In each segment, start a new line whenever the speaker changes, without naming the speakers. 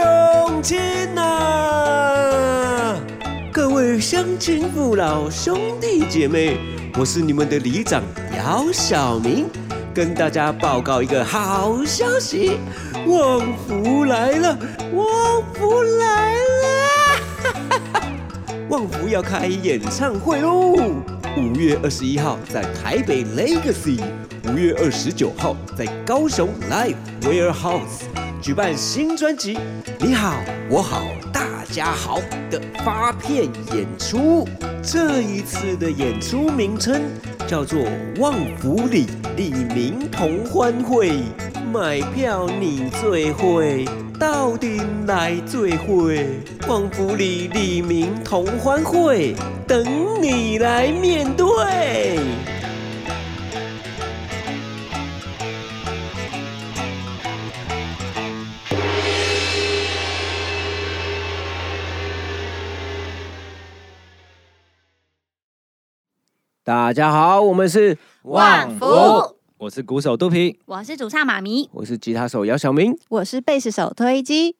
乡亲啊，各位乡亲父老兄弟姐妹，我是你们的里长姚晓明，跟大家报告一个好消息，旺福来了，旺福来了，旺福要开演唱会喽！五月二十一号在台北 Legacy，五月二十九号在高雄 Live Warehouse 举办新专辑《你好，我好，大家好》的发片演出。这一次的演出名称叫做“旺福里李明同欢会”，买票你最会。到底来最会？旺福里李明同欢会，等你来面对。大家好，我们是，
旺福，
我是鼓手肚皮，
我是主唱妈咪，
我是吉他手姚晓明。
我是贝斯手推机，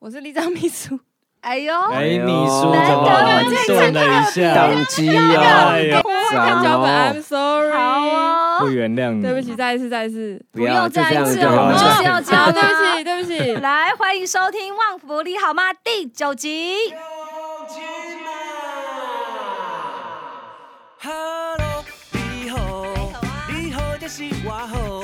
我是李长秘书。
哎呦，
哎
哎，
呦
秘书怎么顿了一下？
宕机啊！
哎呦，
长
脚本
哦
，I'm sorry。
好，
不
哦，
原谅你，
对不起，，再一次，再一次。啊
不要就这样啊就
我
好了。
了
们就是要
好，
这样，
对不起，对不
哎
起。
来，欢迎收听《旺福利好吗》第九集。
Hello，你好，你好，这是我好，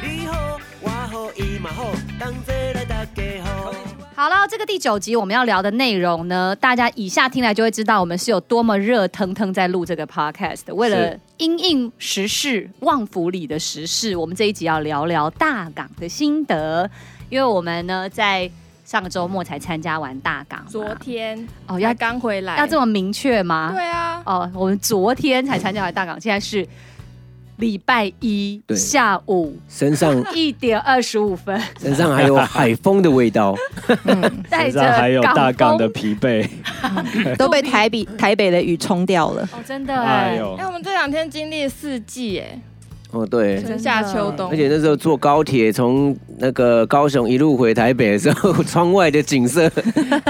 你好，我好，伊嘛好，同齐来大家好。
好了，这个第九集我们要聊的内容呢，大家以下听来就会知道我们是有多么热腾腾在录这个 podcast 的。为了
是
因应时事，旺福里的时事，我们这一集要聊聊大港的心得，因为我们呢在上个周末才参加完大港嘛，
昨天
哦要
他刚回来，
要这么明确吗？
对啊，
哦，我们昨天才参加完大港，现在是礼拜一
对
下午
身上
一点二十五分，
身上还有海风的味道，
带
身
着
上还有大
港
港的
风
疲惫，
都被台北台北的雨冲掉了。
哦，真的
哎
哎，
呦
哎，，我们这两天经历了四季，哎，
哦对。
真的
春夏秋冬
而。且那时候坐高铁从那个高雄一路回台北的时候， 窗外的景色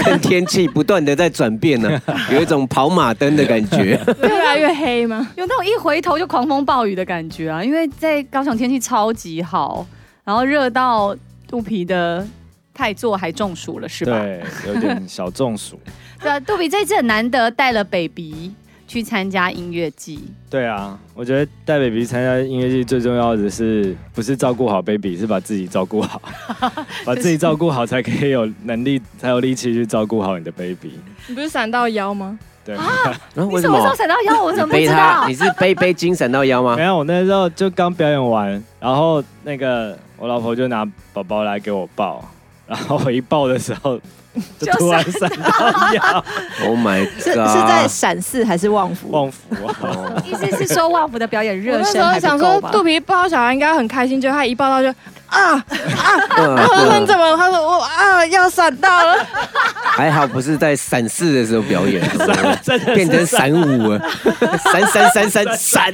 跟天气不断的在转变呢、有一种跑马灯的感觉。
越来越黑吗？
有那种一回头就狂风暴雨的感觉啊！因为在高雄天气超级好，然后热到肚皮的太座还中暑了，是吧？
对，有点小中暑。
对啊，肚皮这次很难得带了 baby 去参加音乐季，
对啊，我觉得带 baby 参加音乐季最重要的是，不是照顾好 baby，是把自己照顾好，把自己照顾好才可以有能力，才有力气去照顾好你的 baby。
你不是闪到腰吗？
对，
然后
你什么时候闪到腰？我怎么不
背
知
他？
道
你？是背背金闪到腰吗
没？有，我那时候就刚表演完，然后那个我老婆就拿宝宝来给我抱，然后我一抱的时候，就突然闪到腰，
Oh my
是
啊
是在陕四还是旺福？
旺福啊！
哦
意思是说旺福的表演
我
热
那时
身
候
还
想
不
说
够吧？
肚皮抱小孩应该很开心，结果他一抱到就啊，
嗯
然后我说你
对
怎么了？他说我啊要闪到了，
还好不是在闪四的时候表演，
真的
变成闪舞了，闪闪闪闪闪。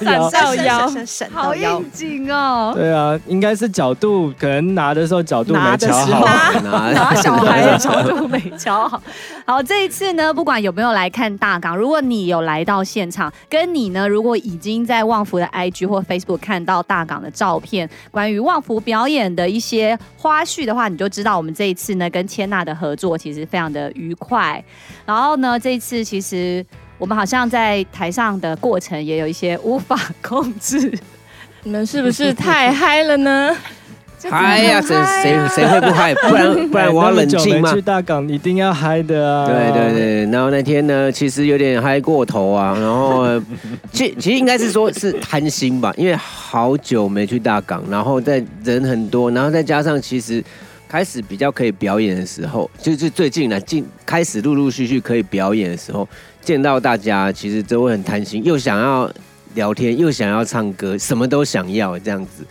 腰。
到腰
闪闪闪
好
到腰。
应景哦！
对啊，应该是角度，可能拿的时候角度没
拿的
调
时候
好。
拿
拿小孩的角度美超好。好，这一次呢，不管有没有来看大港，如果你有来到现场，跟你呢，如果已经在旺福的 IG 或 Facebook 看到大港的照片，关于旺福表演的一些花絮的话，你就知道我们这一次呢跟千娜的合作其实非常的愉快。然后呢，这一次其实我们好像在台上的过程也有一些无法控制，
你们是不是太嗨了呢？
就真的
嗨哎呀，
很
谁
嗨
谁
啊
谁会不嗨？不 然不然我要冷静
哎那么久
吗
没去？大港一定要嗨的啊！
对对，对，然后那天呢，其实有点嗨过头啊，然后呃其其实应该是说是贪心吧，因为好久没去大港，然后在人很多，然后再加上其实开始比较可以表演的时候，就是最近呢，近开始陆陆续续可以表演的时候，见到大家其实都会很贪心，又想要聊天，又想要唱歌，什么都想要这样子，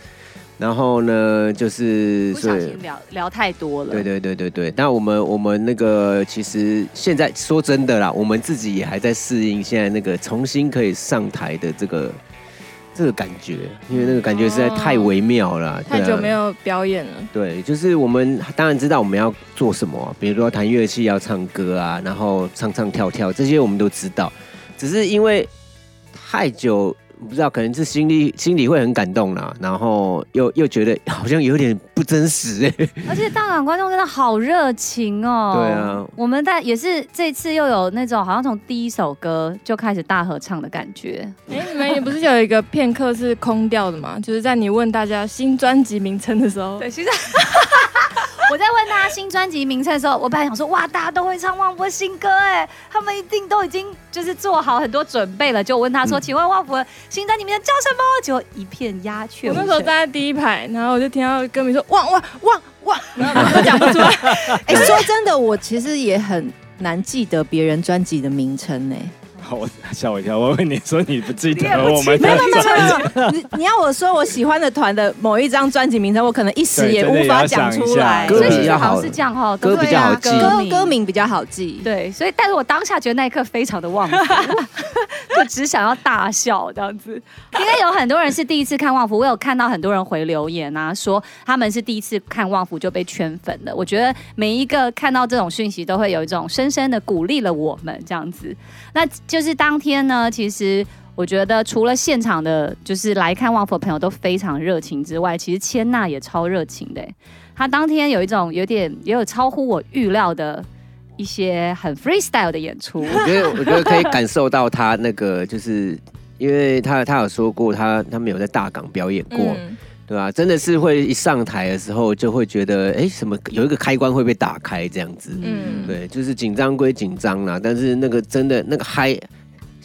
然后呢，就是
不小心聊聊太多了。
对对对对对，但我们我们那个
呃
其实现在说真的啦，我们自己也还在适应现在那个重新可以上台的这个
这个感觉，因为那个感觉实在太微妙了啊，
太久没
有。
有表演了，
对，就是我们当然知道我们要做什么啊、比如说弹乐器要唱歌啊，然后唱唱跳跳这些我们都知道，只是因为太久不知道，可能是心里心里会很感动啦，然后又又觉得好像有点不真实哎、
而且大港观众真的好热情哦。
对啊，
我们在也是这次又有那种好像从第一首歌就开始大合唱的感觉。
哎、你们不是有一个片刻是空掉的吗？就是在你问大家新专辑名称的时候，
对，其实 我在问大家新专辑名称的时候，我本来想说哇，大家都会唱旺博新歌哎，他们一定都已经就是做好很多准备了。就我问
嗯
他说，请问旺博新专辑名称叫什么？结果一片鸦雀
我
无
那时候
声。
站在第一排，然后我就听到歌迷说哇哇哇哇，然后我都讲不出来。
哎、说真的，我其实也很难记得别人专辑的名称呢、
好我吓我一跳，我以为你说你不记
你也
得
不记
我们
没有
的
没有没有 没有，你你要我说我喜欢的团的某一张专辑名称，我可能一时
对
也
真的
无
也
法
要
讲
想一
出
下
来。
歌
所以
比
其实
较
好
好
像是这样哈，
歌比较好记
对啊
歌歌名比较好记。
对，所以但是我当下觉得那一刻非常的旺福， 就只想要大笑这样子。应该有很多人是第一次看旺福，我有看到很多人回留言啊，说他们是第一次看旺福就被圈粉了。我觉得每一个看到这种讯息，都会有一种深深的鼓励了我们这样子。那就是当天呢，其实。我觉得除了现场的，就是来看旺福的朋友都非常热情之外，其实千娜也超热情的、欸。她当天有一种有点也有超乎我预料的一些很 freestyle 的演出。
我觉得，我觉得可以感受到他那个，就是因为他他有说过，他他们有在大港表演过，
嗯，
对吧、真的是会一上台的时候，就会觉得，哎、什么有一个开关会被打开这样子。
嗯
对，就是紧张归紧张啦，但是那个真的那个嗨。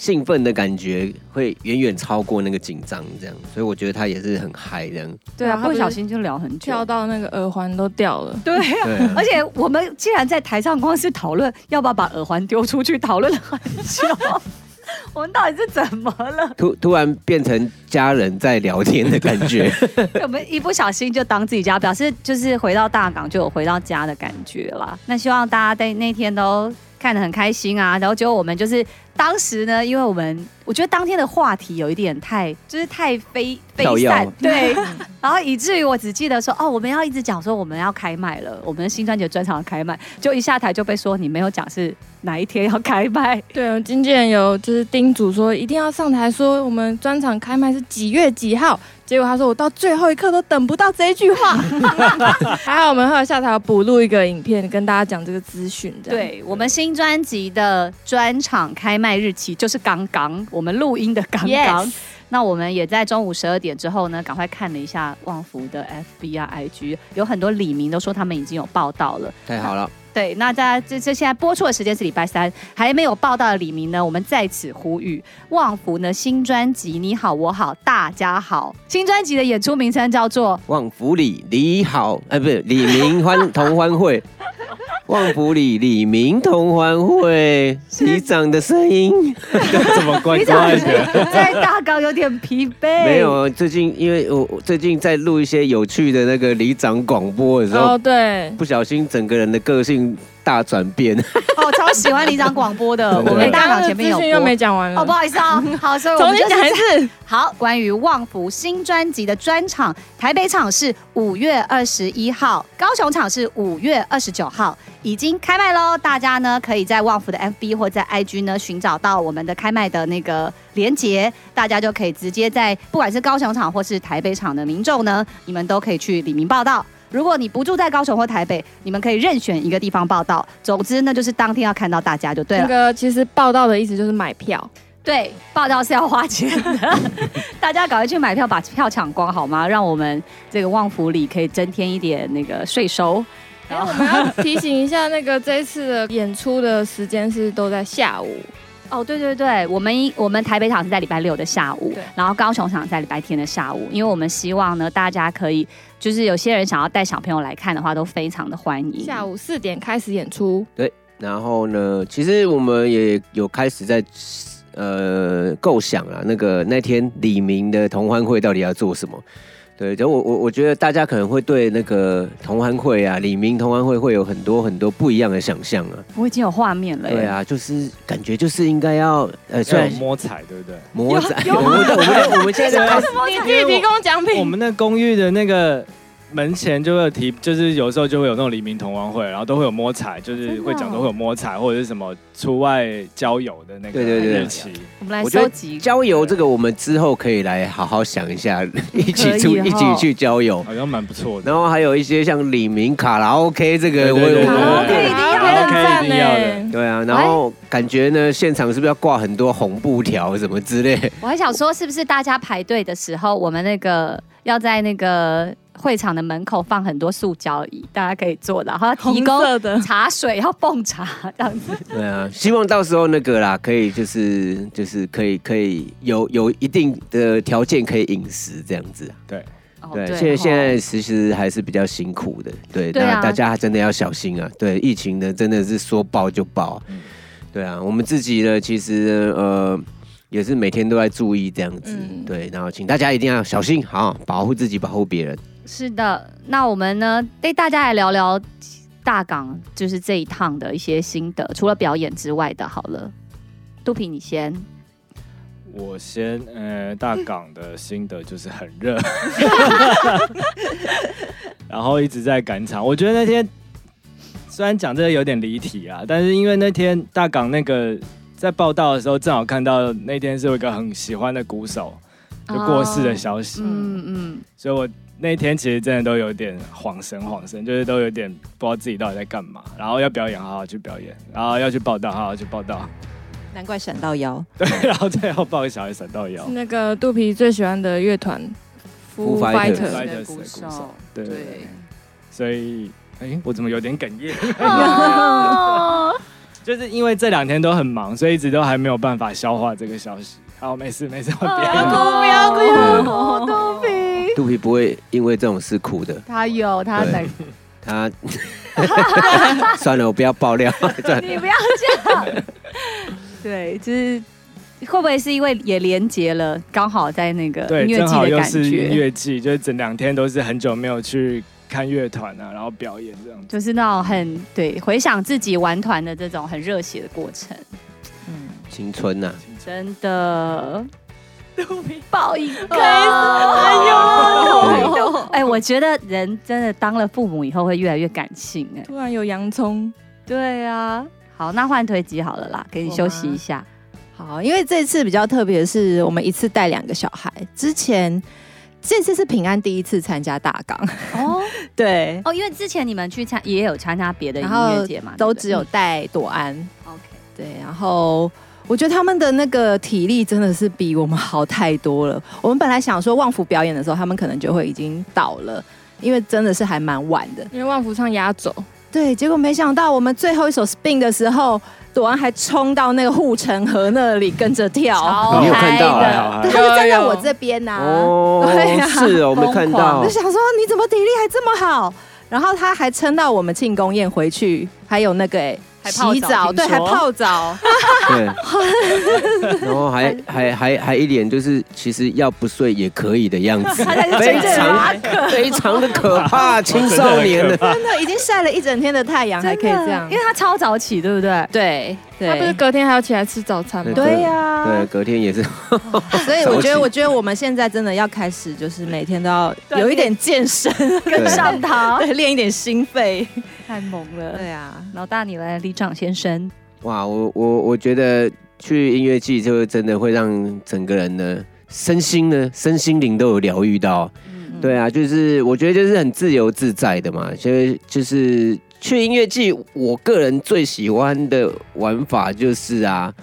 兴奋的感觉会远远超过那个紧张，这样，所以我觉得他也是很嗨这样。
对啊，
然后
不小心就聊很久
跳。到那个耳环都掉了。
对啊，
对、啊
而，且我们竟然在台上光是讨论要不要把耳环丢出去，讨论了很久。 我们到底是怎么了？
突突然变成家人在聊天的感 觉。
我们一不小心就当自己家，表示就是回到大港就有回到家的感觉啦。那希望大家在那天都看得很开心啊。然后结果我们就是当时呢，因为我们我觉得当天的话题有一点太就是太飞飞
跳跃
散，对， 然后以至于我只记得说哦，我们要一直讲说我们要开麦了，我们新专辑的专场要开麦，就一下台就被说你没有讲是哪一天要开麦。
对，我经纪人有就是叮嘱说一定要上台说我们专场开卖是几月几号，结果他说我到最后一刻都等不到这一句话。 还好我们后来下台有补录一个影片跟大家讲这个资讯，这样。
对我们新专辑的专场开卖日期就是刚刚，我们录音的刚刚。
Yes
那我们也在中午十二点之后呢，赶快看了一下旺福的 FB 啊、IG，有很多李明都说他们已经有报道了。
太好了，
对，那在这这现在播出的时间是礼拜三，还没有报道的李明呢，我们在此呼吁旺福呢新专辑《你好我好大家好》，新专辑的演出名称叫做
旺福里李好，哎，不是李明欢同欢会，旺福里李明同欢会，你长的声音
怎么怪
你怎么
怪
是
的？
在大纲有点疲 惫？
没有，啊，最近因为我我最近在录一些有趣的那个里长广播的时候，
哦，对，
不小心整个人的个性大转变，
哦，超喜欢李长广播的，
真的
我们大
哎刚
港
刚的
前面有
资讯又
播
没。讲完了。
哦，不好意思 啊、好，所以我
重
们就
新
是
讲一次，
好，关于旺福新专辑的专场，台北场是五月二十一号，高雄场是五月二十九号，已经开卖喽。大家呢可以在旺福的 FB 或在 IG 呢寻找到我们的开卖的那个连结，大家就可以直接在不管是高雄场或是台北场的民众呢，你们都可以去李明报道。如果你不住在高雄或台北，你们可以任选一个地方报道。总之，那就是当天要看到大家就对了
那。个其实报道的意思就是买票，
对，报道是要花钱的，大家赶快去买票，把票抢光好吗？让我们这个旺福里可以增添一点那个税收。然后
我们 要提醒一下，那个这一次的演出的时间是都在下午，
哦，对对对，我们一我们台北场是在礼拜六的下午
对，
然后高雄场在礼拜天的下午，因为我们希望呢大家可以，就是有些人想要带小朋友来看的话，都非常的欢迎。
下午四点开始演出。
然后呢，其实我们也有开始在呃构想啊，那个那天李明的同欢会到底要做什么。对，就我我我觉得大家可能会对那个同安会啊，李明同安会会有很多很多不一样的想象啊。
我已经有画面了。
对，啊，就是感觉就是应该要呃，虽
虽然
然
摸彩，对不对？
魔仔，我们我们 我们现在
啊
在
你自己提供奖
我
品，
们那公寓的那个门前就会有提，就是有时候就会有那种黎明同欢会，然后都会有摸彩，就是会讲都会有摸彩或者是什么出外郊游的那个
对对对
日期。
我们来
我觉得
收集。
郊游这个，我们之后可以来好好想一下，一起
可
出
以哦
一起去郊游。
好像蛮不错的。
然后还有一些像李明卡拉 OK 这个，我
对对对
我
对
卡拉 OK 一定要的
很赞欸
一定要的
呢。
对啊，然后感觉呢，现场是不是要挂很多红布条什么之类？
我还想说，是不是大家排队的时候，我们那个要在那个会场的门口放很多塑胶椅，大家可以坐的，然后提
红
供
色的，
茶水，要蹦茶这样子。
对啊，希望到时候那个啦，可以就是就是可以可以有有一定的条件可以饮食这样子啊。
对，
哦
对，现在
哦
现在其实还是比较辛苦的，对，
对啊
那大家真的要小心啊。对，疫情呢真的是说爆就爆，
嗯
对啊，我们自己呢其实呃也是每天都在注意这样子，
嗯
对，然后请大家一定要小心，好保护自己，保护别人。
是的，那我们呢带大家来聊聊大港，就是这一趟的一些心得，除了表演之外的，好了。杜平，你先。
我先呃，大港的心得就是很热，然后一直在赶场。我觉得那天虽然讲这个有点离题啊，但是因为那天大港那个在报道的时候，正好看到那天是有一个很喜欢的鼓手就过世的消息，
哦嗯嗯，
所以我那天其实真的都有点恍神恍神，就是都有点不知道自己到底在干嘛。然后要表演，好好去表演；然后要去报道，好好去报道。
难怪闪到腰。
对，然后最后抱个小孩闪到腰
是。那个肚皮最喜欢的乐团
Foo
Foo
Fighters
Fighters
的鼓手，对对对，所以哎、我怎么有点哽咽？
哦，
就是因为这两天都很忙，所以一直都还没有办法消化这个消息。好，没事没事，我
啊
别了。
不要 哭
哭，杜平，
肚皮不会因为这种事哭的，
他有他
对
在，
他算了，我不要爆料， 算了
你不要这样。 对，就是会不会是因为也连接了，刚好在那个
对，
音乐
正
季
好
的
又
感
是音
觉，
乐季，就是整两天都是很久没有去看乐团啊，然后表演这样子。
就是那种很对回想自己玩团的这种很热血的过程，
嗯，
青春呐、啊。
真的。报应哥，
哎
哎呦！哎，我觉得人真的当了父母以后会越来越感性哎。
突然有洋葱，
对啊，好，那换推机好了啦，给你
我
休
吗
息一下。
好，因为这次比较特别的是，我们一次带两个小孩。之前这次是平安第一次参加大港，
哦
对，
哦，因为之前你们去参也有参加别的音
然后
乐节嘛，
都
对不对
只有带朵安。
嗯 OK。
对，然后我觉得他们的那个体力真的是比我们好太多了。我们本来想说旺福表演的时候，他们可能就会已经到了，因为真的是还蛮晚的。
因为万福唱压轴，
对，结果没想到我们最后一首 spin 的时候，朵安还冲到那个护城河那里跟着跳。
超
你有看到啊
嗨的
好
对，
哦嗨
他就站在
有有
我这边呐、
哦
啊对啊
是哦，我没看到
我就。想说你怎么体力还这么好？然后他还撑到我们庆功宴回去，还有那个、欸、
还泡澡
洗澡，
听
对，还
说
泡澡，
对，然后还还还还一脸就是其实要不睡也可以的样子，非常非常的可 怕，青少年的。
真的已经晒了一整天的太阳，还可以这样
因。为他超早起，对不对？
对
他不是
对
隔天还要起来吃早餐吗？
对呀、
对，隔天也是，
所以
早
我觉
起
得，我觉得我们现在真的要开始，就是每天都要有一点健身，
对
上堂
对，练一点心肺。
太猛了。
对啊，
老大，你来，李长先生，
哇，我我我觉得去音乐季就真的会让整个人呢。身心呢，身心灵都有疗愈到，
嗯，
对啊，就是我觉得就是很自由自在的嘛，就是就是去音乐季，我个人最喜欢的玩法就是啊，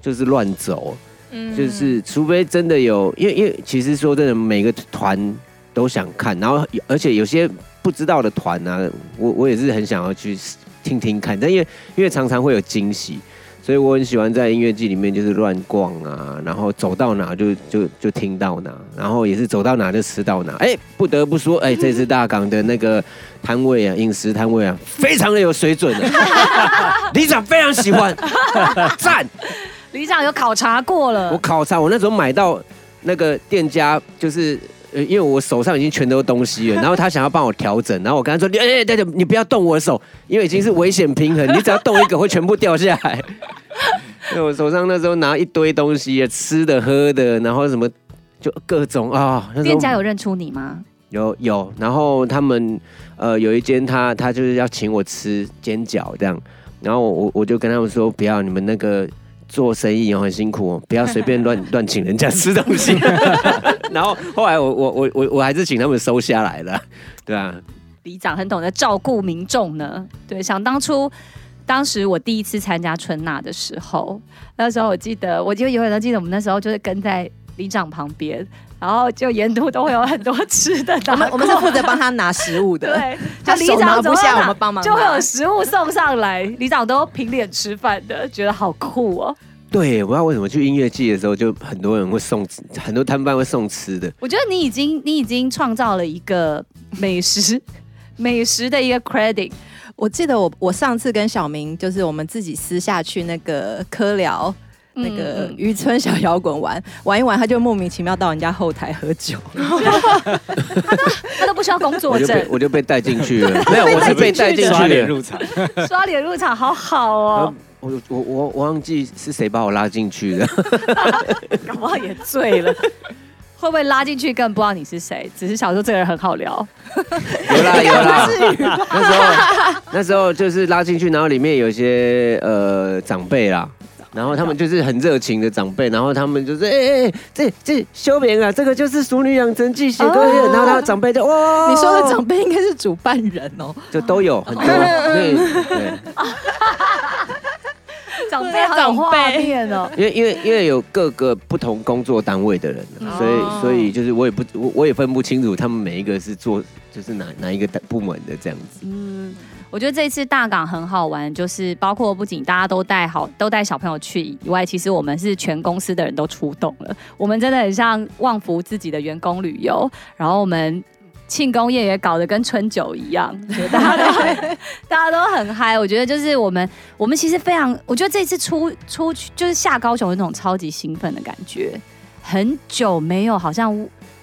就是乱走，
嗯
就是除非真的有，因为因为其实说真的，每个团都想看，然后有而且有些不知道的团啊，我我也是很想要去听听看，但因为因为常常会有惊喜，所以我很喜欢在音乐季里面就是乱逛啊，然后走到哪就就就听到哪，然后也是走到哪就吃到哪。哎、不得不说，哎、这次大港的那个摊位啊，饮食摊位啊，非常的有水准啊，李长非常喜欢， 赞。
李长有考察过
我
了，
考察，我那时候买到那个店家就是呃，因为我手上已经全都是东西了，然后他想要帮我调整，然后我跟他说：“哎、哎，大、你不要动我的手，因为已经是危险平衡，你只要动一个会全部掉下来。” 那我手上那时候拿一堆东西，吃的、喝的，然后什么就各种啊、那时候
店家有认出你吗？
有有，然后他们呃有一间他他就是要请我吃煎饺这样，然后我我就跟他们说不要，你们那个做生意哦很辛苦哦，不要随便乱乱请人家吃东西。 然后后来我我我我我还是请他们收下来了，对啊，
里长很懂得照顾民众呢。对，想当初，当时我第一次参加春娜的时候，那时候我记得，我就永远都记得，我们那时候就是跟在里长旁边，然后就沿途都会有很多吃的
我们我们是负责帮他拿食 物的，
对，就
他
里
手
长
拿
走
不
到
下，
哪
我们帮忙
就会
拿
有食物送上来，里长都平脸吃饭的，觉得好酷哦。
对，我不知道为什么去音乐季的时候就很多人会送吃，很多摊贩会送吃的。
我觉得你已经你已经创造了一个美食 美食的一个 credit，
我记得我我上次跟小明就是我们自己私下去那个科聊。那个
嗯嗯
渔村小摇滚玩玩一玩，他就莫名其妙到人家后台喝酒，
他都不需要工作
我就被
证，
我就被带进去了，没有，我是被带进
刷
去
脸
的。
入场，
刷脸入场好好哦，
我我我我忘记是谁把我拉进去的。呃
搞不好也醉了。会不会拉进去更不知道你是谁？只是想说这个人很好聊，
有 啦有啦，那时 候那时候就是拉进去，然后里面有一些呃长辈啦。然后他们就是很热情的长辈，然后他们就是哎哎哎，这这修明啊，这个就是《熟女养成记》写歌的，然后他长辈就哇，
哦你说的长辈应该是主办人哦，
就都有很多，对对，
长辈好有画面哦。
因为因为因为有各个不同工作单位的人啊，所
哦
以所以就是我也不我我也分不清楚他们每一个是做就是哪哪一个部门的这样子，
嗯，我觉得这次大港很好玩，就是包括不仅大家都带好都带小朋友去以外，其实我们是全公司的人都出动了，我们真的很像旺福自己的员工旅游，然后我们。庆功宴也搞得跟春酒一样，就大家都很大家都很嗨。我觉得就是我们，我们其实非常，我觉得这次出出去就是下高雄有那种超级兴奋的感觉，很久没有好像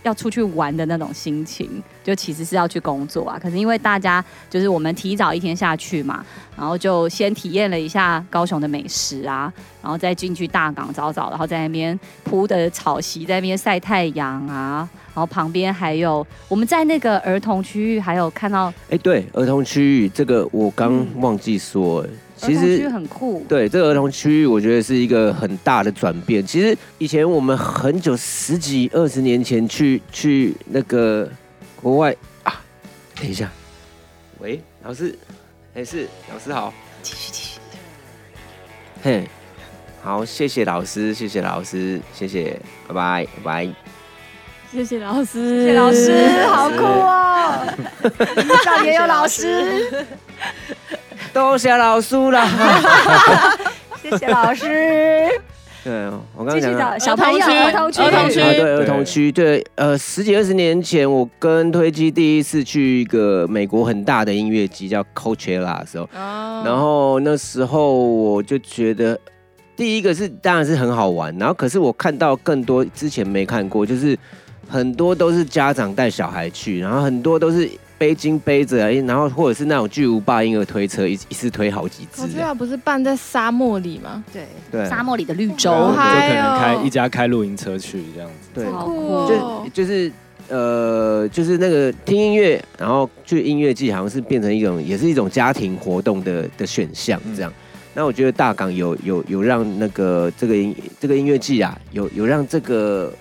要出去玩的那种心情，就其实是要去工作啊。可是因为大家就是我们提早一天下去嘛，然后就先体验了一下高雄的美食啊，然后再进去大港早早，然后在那边铺的草席，在那边晒太阳啊，然后旁边还有我们在那个儿童区域还有看到，
哎、对，儿童区域这个我刚忘记说、
嗯
哎
儿
其
童
实
区很酷，
对，这个儿童区域，我觉得是一个很大的转变。其实以前我们很久十几二十年前去去那个国外啊，等一下，喂，老师，哎、是老师好，
继续继续，
嘿，好，谢谢老师，谢谢老师，谢谢，拜拜拜拜。
谢谢老师，
谢谢老师，好
好
酷
酷
哦，少也有老师，
多谢老师啦。
谢谢老师，
对，我刚
继续
刚讲
找
到
小朋友
儿童区儿童区
啊，对，儿童区，对，呃，十几二十年前，我跟推机第一次去一个美国很大的音乐节，叫 Coachella 的时候，
哦
然后那时候我就觉得，第一个是当然是很好玩，然后可是我看到更多之前没看过，就是很多都是家长带小孩去，然后很多都是背巾背着，哎然后或者是那种巨无霸婴儿推车，一一次推好几只欸
我，知道不是办在沙漠里吗？
对，
对，
沙漠里的绿
就
洲
好。嗨
可能开
哦
一家开露营车去这样子。
对，
好
酷
酷
哦
就！就是呃，就是那个听音乐，然后去音乐季，好像是变成一种，也是一种家庭活动的的选项这样。那我觉得大港有有有让那个这个音这个音乐季啊，有有让这个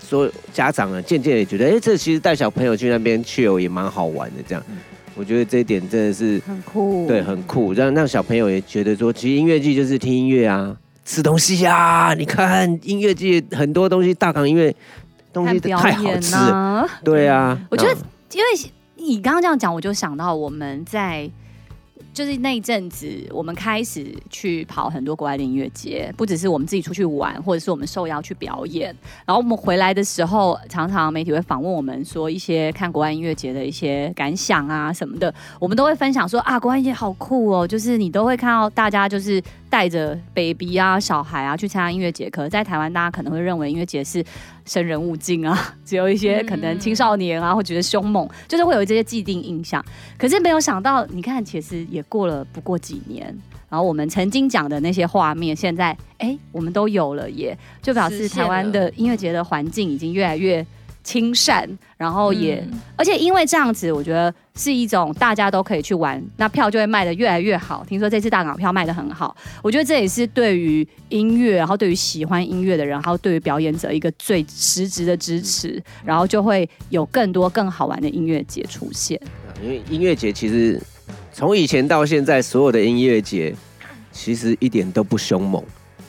说家长啊，渐渐也觉得，哎、这其实带小朋友去那边去哦，也蛮好玩的这样。我觉得这一点真的是
很酷，
对，很酷，让让小朋友也觉得说，其实音乐季就是听音乐啊，吃东西啊。你看音乐季很多东西，大港音乐东
看
西
表
太好
演
吃了，
呐、
对啊。
我觉得
嗯
因为你刚刚这样讲，我就想到我们在就是那一阵子，我们开始去跑很多国外的音乐节，不只是我们自己出去玩，或者是我们受邀去表演。然后我们回来的时候，常常媒体会访问我们说一些看国外音乐节的一些感想啊什么的，我们都会分享说啊，国外音乐节好酷哦，就是你都会看到大家就是带着 baby 啊、小孩啊去参加音乐节，可能在台湾大家可能会认为音乐节是生人勿近啊， 只有一些可能青少年啊，或觉得凶猛，就是会有这些既定印象。可是没有想到，你看，其实也过了不过几年，然后我们曾经讲的那些画面，现在哎、我们都有了耶，就表示
实现
台湾
了
的音乐节的环境已经越来越亲善，然后也、
嗯
而且因为这样子，我觉得是一种大家都可以去玩，那票就会卖得越来越好。听说这次大港票卖得很好，我觉得这也是对于音乐，然后对于喜欢音乐的人，还有对于表演者一个最实质的支持，然后就会有更多更好玩的音乐节出现。
啊因为音乐节其实从以前到现在，所有的音乐节其实一点都不凶猛，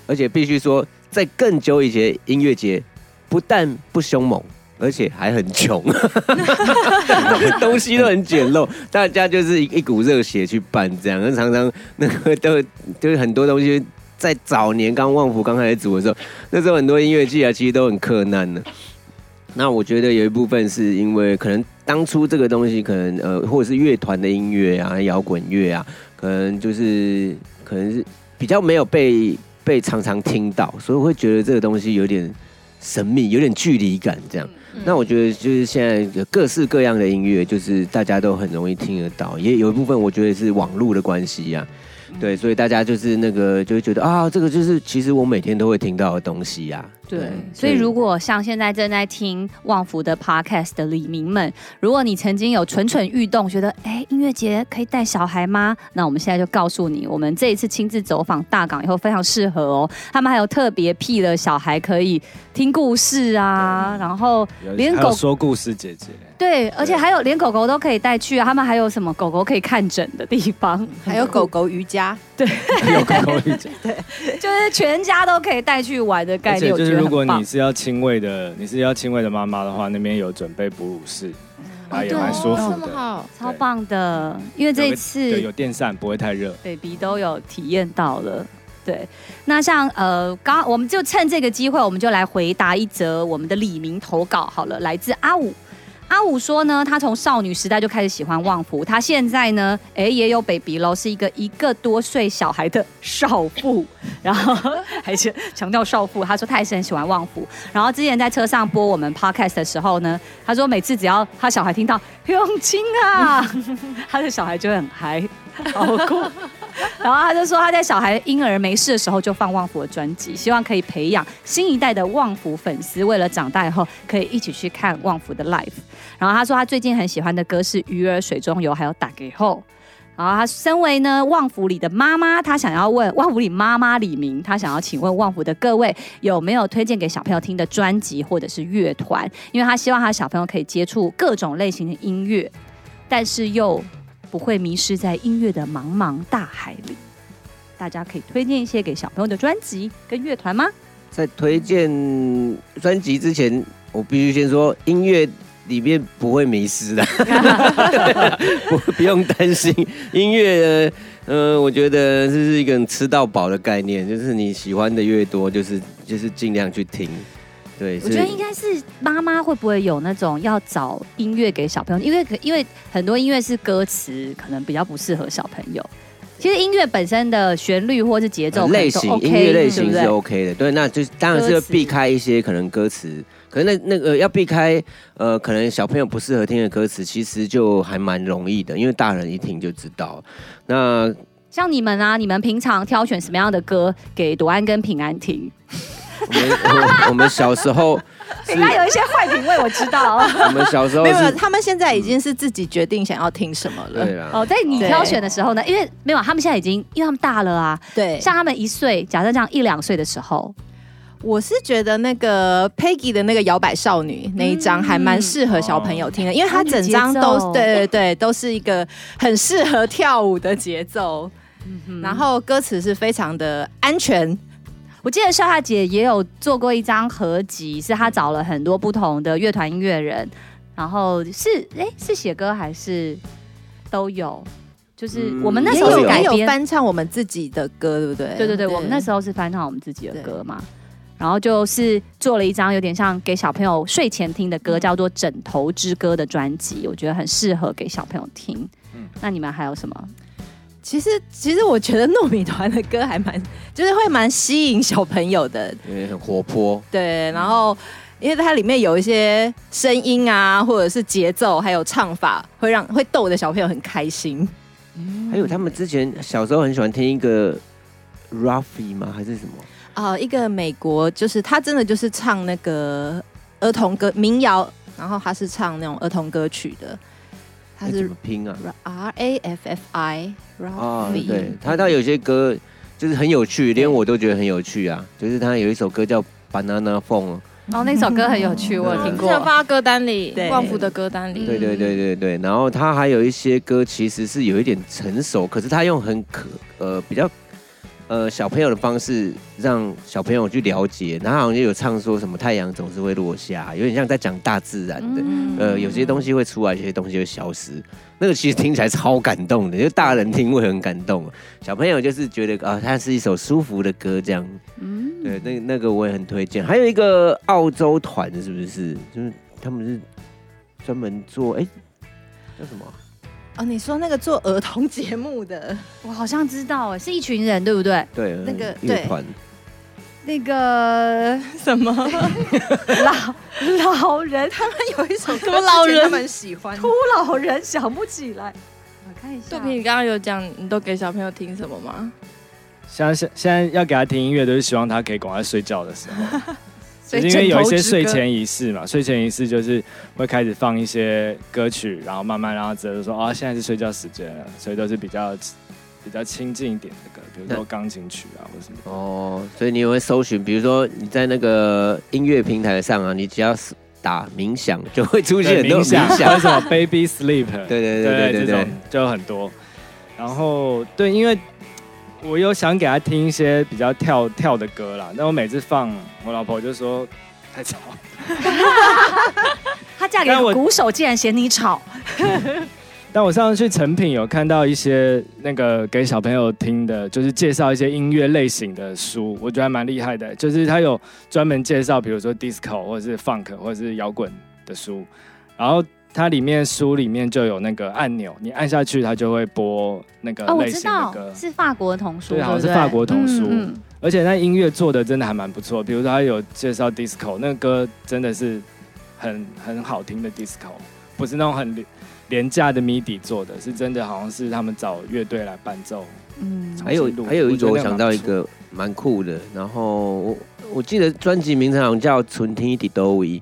而且必须说，在更久以前，音乐节不但不凶猛，而且还很穷， 东西都很简陋，大家就是一一股热血去办这样，那常常那个都就是很多东西。在早年刚旺福刚开始组的时候，那时候很多音乐季啊，其实都很克难的。那我觉得有一部分是因为可能当初这个东西，可能呃，或者是乐团的音乐啊、摇滚乐啊，可能就是可能是比较没有被被常常听到，所以我会觉得这个东西有点神秘，有点距离感这样。
嗯
那我觉得就是现在有各式各样的音乐，就是大家都很容易听得到，也有一部分我觉得是网络的关系呀、
嗯
对，所以大家就是那个就会觉得啊，这个就是其实我每天都会听到的东西啊呀、
对，所以如果像现在正在听旺福的 podcast 的李明们，如果你曾经有蠢蠢欲动，觉得哎音乐节可以带小孩吗？那我们现在就告诉你，我们这一次亲自走访大港以后非常适合哦。他们还有特别辟了小孩可以听故事啊，然后
有
连
还有
狗
说故事姐姐，
对，而且还有连狗狗都可以带去啊。他们还有什么狗狗可以看诊的地 方？
还有狗狗瑜伽，
有狗狗一家。
就是全家都可以带去玩的概
而且
念，我
就
觉
是
得
如果
很棒
你。是要亲喂的，你是要亲喂的妈妈的话，那边有准备哺乳室，然后也
对
蛮舒
哦
服
这么
的，
好，
超棒的，因为这一次
对，有电扇不会太热。
baby 都有体验到了。对，那像呃，刚我们就趁这个机会，我们就来回答一则我们的李明投稿好了，来自阿武。阿武说呢，他从少女时代就开始喜欢旺福，他现在呢，哎，也有 baby 喽，是一个一个多岁小孩的少妇，然后还是强调少妇。他说他也是很喜欢旺福，然后之前在车上播我们 podcast 的时候呢，他说每次只要他小孩听到 永清啊， 他的小孩就会很嗨，好酷。 然后他就说他在小孩婴儿没事的时候就放旺福的专辑，希望可以培养新一代的旺福粉丝，为了长大以后可以一起去看旺福的 live。然后他说他最近很喜欢的歌是《鱼儿水中游》，还有《打给后》。然后他身为呢旺福里的妈妈，他想要问旺福里妈妈李明，他想要请问旺福的各位有没有推荐给小朋友听的专辑或者是乐团？因为他希望他的小朋友可以接触各种类型的音乐，但是又不会迷失在音乐的茫茫大海里。大家可以推荐一些给小朋友的专辑跟乐团吗？
在推荐专辑之前，我必须先说音乐。里面不会迷失的，不不用担心。音乐，呃，我觉得这是一个吃到饱的概念，就是你喜欢的越多，就是就是尽量去听。对，
我觉得
所以
应该是妈妈会不会有那种要找音乐给小朋友，因为可因为很多音乐是歌词，可能比较不适合小朋友。其实音乐本身的旋律或是节奏可能
类
都
型、
OK，
音乐类
对
型
不
是
对
OK 的，对，那就是当然是要
歌词
避开一些可能歌词，可能那那个要避开呃，可能小朋友不适合听的歌词，其实就还蛮容易的，因为大人一听就知道。那
像你们啊，你们平常挑选什么样的歌给朵安跟平安听？
我们我我们小 时候是
平，安有一些坏品味，我知 道
我们小时候
没有，没有
是，
他们现在已经是自己决定想要听什么了
对。啦，
哦。在你
对
挑选的时候呢，因为没有，他们现在已经，因为他们大了啊。
对，
像
像
他们一岁，假设这样一两岁的时候，
我是觉得那个 Peggy 的那个摇摆少女那一张还蛮适合小朋友听哦的，因为它整张
少
都
女节奏
对对对，都是一个很适合跳舞的节奏，然后歌词是非常的安全。
我记得笑夏姐也有做过一张合集，是她找了很多不同的乐团音乐人，然后是哎、是写歌还是都有，就是
嗯
我们那
也
时候
有
是改
也有
编，
翻唱我们自己的歌，对不对？
对对对，我们那时
候
候是翻唱我们自己的歌嘛。然后就是做了一张有点像给小朋友睡前听的歌，叫做《枕头之歌》的专辑，我觉得很适合给小朋友听。
嗯
那你们还有什么？
其实其实我觉得糯米团的歌还蛮，就是会蛮吸引小朋友的，
因为很活泼，
对，然后。因为它里面有一些声音啊，或者是节奏，还有唱法，会让会逗得小朋友很开心。
还有他们之前小时候很喜欢听一个 Ruffy 吗？还是什么？
啊、一个美国就是他真的就是唱那个儿童歌民谣，然后他是唱那种儿童歌曲的，他
哎怎
是
么拼啊？
R A F F I Ralphie，、
哦，对，他他有些歌就是很有趣，连我都觉得很有趣啊。就是他有一首歌叫《Banana Phone》，
然哦后那首歌很有趣，我有听
我想
过。
放到歌单里
对，
旺福的歌单里。啊
对对对对对。然后他还有一些歌其实是有一点成熟，可是他用很可呃比较呃小朋友的方式让小朋友去了解。然后好像也有唱说什么太阳总是会落下，有点像在讲大自然的。
嗯
呃，有些东西会出来，有些东西会消失。那个其实听起来超感动的，就大人听会很感动，小朋友就是觉得啊，它是一首舒服的歌这样。
嗯，
对，那那个我也很推荐。还有一个澳洲团是不是？就是他们是专门做哎、叫什么啊？
哦，你说那个做儿童节目 的，
我好像知道，哎，是一群人对不对？
对，
那个
乐团。
那个
什么
老老人
他们有一 首
什么老人
之前他们喜欢的
秃老人想不起来，我看一下
杜。平，你刚刚有讲你都给小朋友听什么吗？
像现现在要给他听音乐，都是希望他可以赶快睡觉的时候，
所以
就是因为有一些睡
枕头之歌
前仪式嘛，睡前仪式就是会开始放一些歌曲，然后慢慢让他知道说啊，现在是睡觉时间了，所以都是比较比较亲近一点的歌，比如说钢琴曲啊或什么。
哦，所以你也会搜寻，比如说你在那个音乐平台上啊，你只要是打冥想，就会出现
对，
很多
冥想，
冥
还有
想。
什么 Baby Sleep，
对对对对对
这
对
种就很多。然后对，因为我有想给他听一些比较跳跳的歌啦，但我每次放，我老婆就说太吵。
她嫁给
但我
鼓手，竟然嫌你吵。
但我上次去成品有看到一些那个给小朋友听的，就是介绍一些音乐类型的书，我觉得还蛮厉害的。就是他有专门介绍，比如说 disco 或者是 funk 或者是摇滚的书，然后它里面书里面就有那个按钮，你按下去它就会播那个
哦，我
呃类
知
型的
道
歌。
是法国童书，
对，好像
不
是法国童书，
嗯嗯
而且那音乐做的真的还蛮不错。比如说他有介绍 disco，那个歌真的是很很好听的 disco，不是那种很廉廉价的 MIDI 做的，是真的好像是他们找乐队来伴奏。
嗯，
还
重
有
新录
还有一
觉得
个，我
那
想
蛮
到一
不错
个蛮酷的，然后我我记得专辑名称好像叫《纯听一滴都一》，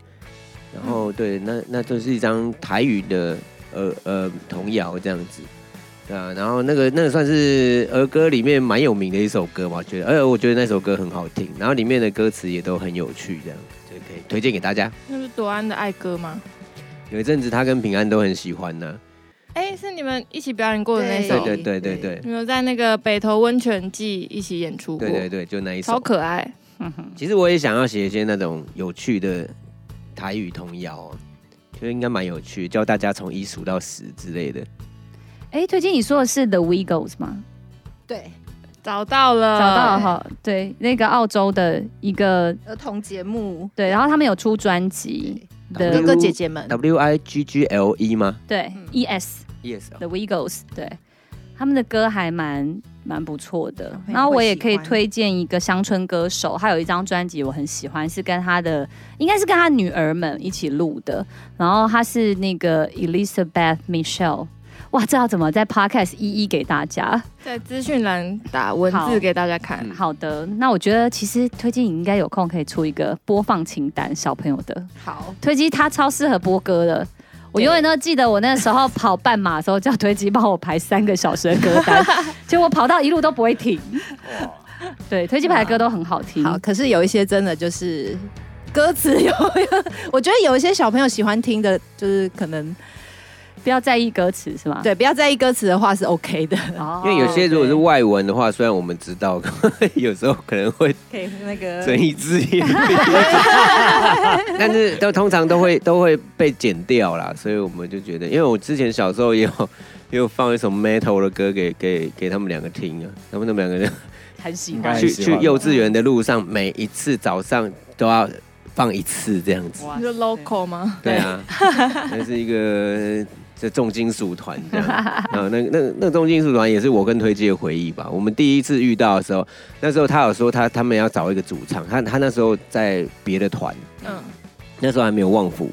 然后对，那那就是一张台语的呃呃童谣这样子，对啊，然后那个那个算是儿歌里面蛮有名的一首歌嘛，觉得，而且我觉得那首歌很好听，然后里面的歌词也都很有趣，这样就可以推荐给大家。
那是朵安的爱歌吗？
有一阵子他跟平安都很喜欢呢、
哎，是你们一起表演过的那
对
首，
对对对对
你们有在那个北投温泉季一起演出过
对，对对，就那一首
超。可爱。
其实我也想要写一些那种有趣的台语童谣、啊，觉得应该蛮有趣，教大家从一数到十之类的。
哎，推荐你说的是 The Wiggles 吗？
对
找到了，
找到了哈，对，那个澳洲的一个
儿童节目
对，然后他们有出专辑
对
哥
的，
哥姐姐们，
W I G G L E 吗
对
嗯
，ES
？Yes，
The Wiggles，对，他们的歌还蛮蛮不错的
小。朋友
然后我
会
也
喜
可以
欢
推荐一个乡村歌手，他有一张专辑我很喜欢，是跟他的应该是跟他女儿们一起录的。然后他是那个 Elizabeth Michelle，哇，这要怎么在 Podcast 一一给大家？
在资讯栏打文
好
字给大家看。
嗯
好的，那我觉得其实推荐你应该有空可以出一个播放清单，小朋友的。
好，
推机它超适合播歌的。我永远都记得我那时候跑半马的时候，叫推机帮我排三个小时的歌单，结果跑到一路都不会停。对，推机排的歌都很好听。
好，可是有一些真的就是歌词有， 我觉得有一些小朋友喜欢听的，就是可能
不要在意歌词是吗？
对，不要在意歌词的话是 OK 的，
哦，
因为有些如果是外文的话，虽然我们知道，有时候可能会
可以那个
睁一只眼闭一只眼， 但是都通常都会都会被剪掉啦，所以我们就觉得，因为我之前小时候也有也有放一首 metal 的歌给给给他们两个听啊，他们他们两个就
很喜
应
欢
该。
去去幼稚园的路上，每一次早上都要放一次这样子。
哇
你说 local 吗？
对啊，这是一个这重金属团这样啊，那那那重金属团也是我跟推机的回忆吧。我们第一次遇到的时候，那时候他有说他他们要找一个主唱，他他那时候在别的团，
嗯，
那时候还没有旺福。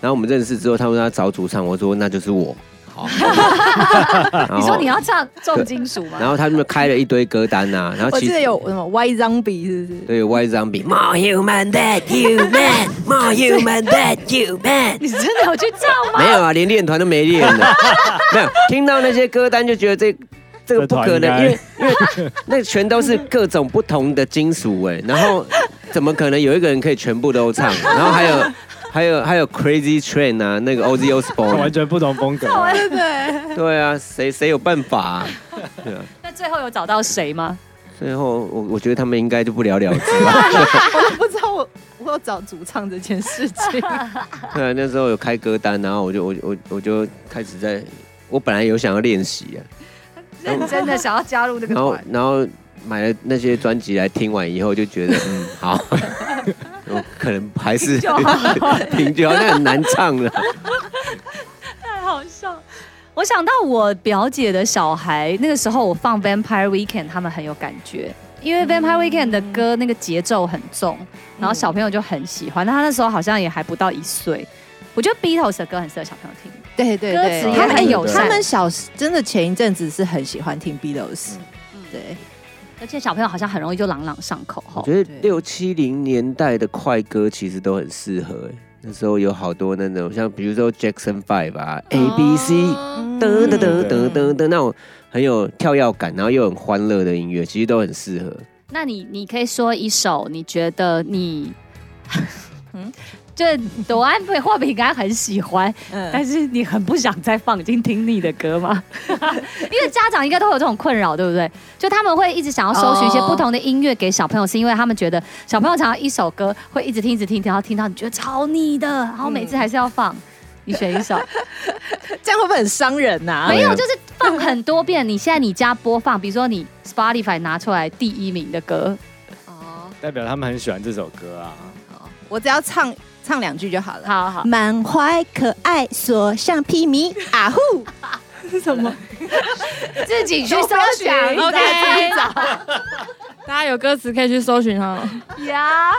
然后我们认识之后，他们要找主唱，我说那就是我。好，
你
你
说你要唱重金属吗？
然后他们开了一堆歌单呐、然后
我
其
记
实
得 有什么 Y Zombie 是不是？
对 White Zombie，More human than human, more human than human。
你真的有去唱吗？
没有啊，连练团都没练 呢。没有听到那些歌单就觉得这这个不
这
可能，
团
因
应该
为因为那全都是各种不同的金属哎，然后怎么可能有一个人可以全部 都唱？然后还有还有还有 Crazy Train 啊，那个 Ozzy
完
Osbourne，
全不同风 格。啊
对啊，谁谁有办法、啊？
那最后有找到谁吗？
最后我我觉得他们应该就不了了之。
我都不知道我 我有找主唱这件事情。
对啊，那时候有开歌单，然后我就我我我就开始在，我本来有想要练习啊，
认真的想要加入这个
然后
团，
然后买了那些专辑来听完以后，就觉得嗯好，我可能还是 听就好，那很难唱了。
太好笑了。我想到我表姐的小孩，那个时候我放 Vampire Weekend，他们很有感觉，因为 Vampire Weekend 的歌那个节奏很重，然后小朋友就很喜欢。那他那时候好像也还不到一岁，我觉得 Beatles 的歌很适合小朋友听。
对对对，
歌词
也
他
很
们哎
友善
他们小时真的前一阵子是很喜欢听 Beatles，、对，
嗯
而且小朋友好像很容易就朗朗上口
我
吼。
觉得
对
六七零年代的快歌其实都很适合、欸，那时候有好多那种像比如说 Jackson Five 啊，A B C。噔
哦
噔噔噔噔噔，那种很有跳跃感，然后又很欢乐的音乐，其实都很适合。
那你你可以说一首你觉得你， 嗯
嗯，
就是朵安培或饼干很喜欢，但
嗯，
是你很不想再放已经听腻的歌吗？ 因为家长应该都会有这种困扰，对不对？就他们会一直想要搜寻一些
哦
不同的音乐给小朋友，是因为他们觉得小朋友常常一首歌会一直听、一直听，然后听到你觉得超腻的，然后每次还是要放。你选一首，
这样会不会很伤人啊呐、
没有，就是放很多遍。你现在你家播放，比如说你 Spotify 拿出来第一名的歌，哦，
代表他们很喜欢这首歌啊。
我只要唱唱两句就好了。
好好，
满怀可爱，所向披靡，啊呼！是什么？
自己去
都
搜
不要
寻
讲
，OK
再找
大家有歌词可以去搜寻哈。
呀。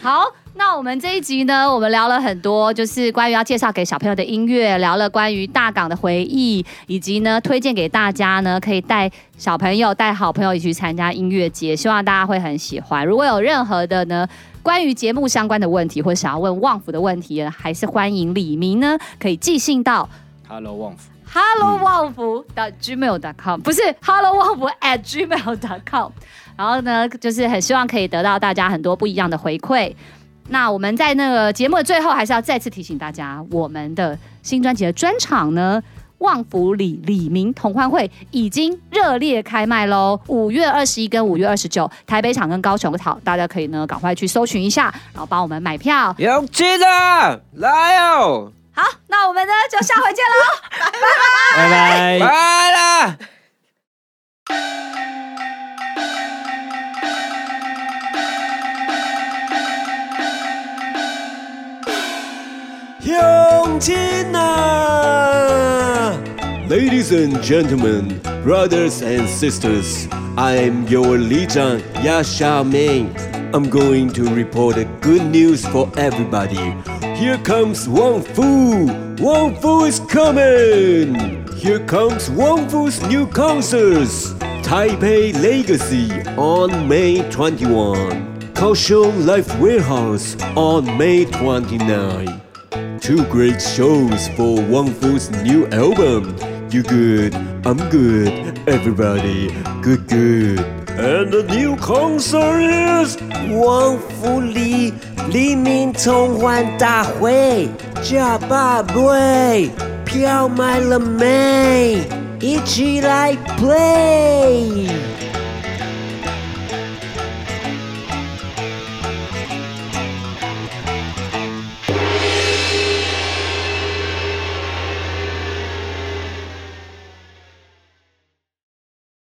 好，那我们这一集呢，我们聊了很多，就是关于要介绍给小朋友的音乐，聊了关于大港的回忆，以及呢推荐给大家呢，可以带小朋友、带好朋友一起去参加音乐节，希望大家会很喜欢。如果有任何的呢。关于节目相关的问题，或想要问旺福的问题，还是欢迎李明呢，可以寄信到
Hello，旺福，
hello 旺福的 gmail.com，不是 hello 旺福 at gmail.com。然后呢，就是很希望可以得到大家很多不一样的回馈。那我们在那个节目的最后，还是要再次提醒大家，我们的新专辑的专场呢。旺福里李明同欢会已经热烈开卖喽！五月二十一跟五月二十九，台北场跟高雄场，大家可以呢赶快去搜寻一下，然后帮我们买票。
勇气的，来哦，
好，那我们呢就下回见喽。
拜拜。
来啦！
乡亲啊！Ladies and gentlemen, brothers and sisters, I am your Lijan Yasha Ming. I'm going to report the good news for everybody. Here comes Wang Fu. Wang Fu is coming. Here comes Wang Fu's new concerts. Taipei Legacy on May 21. Kaohsiung Life Warehouse on May 29. Two great shows for Wang Fu's new album. You good, I'm good, everybody good good. And the new concert is Wang Fu Li Li Min Tong Wan Da Hui Jia Ba Bui Piao Mai Le Mei Ichi Like Play.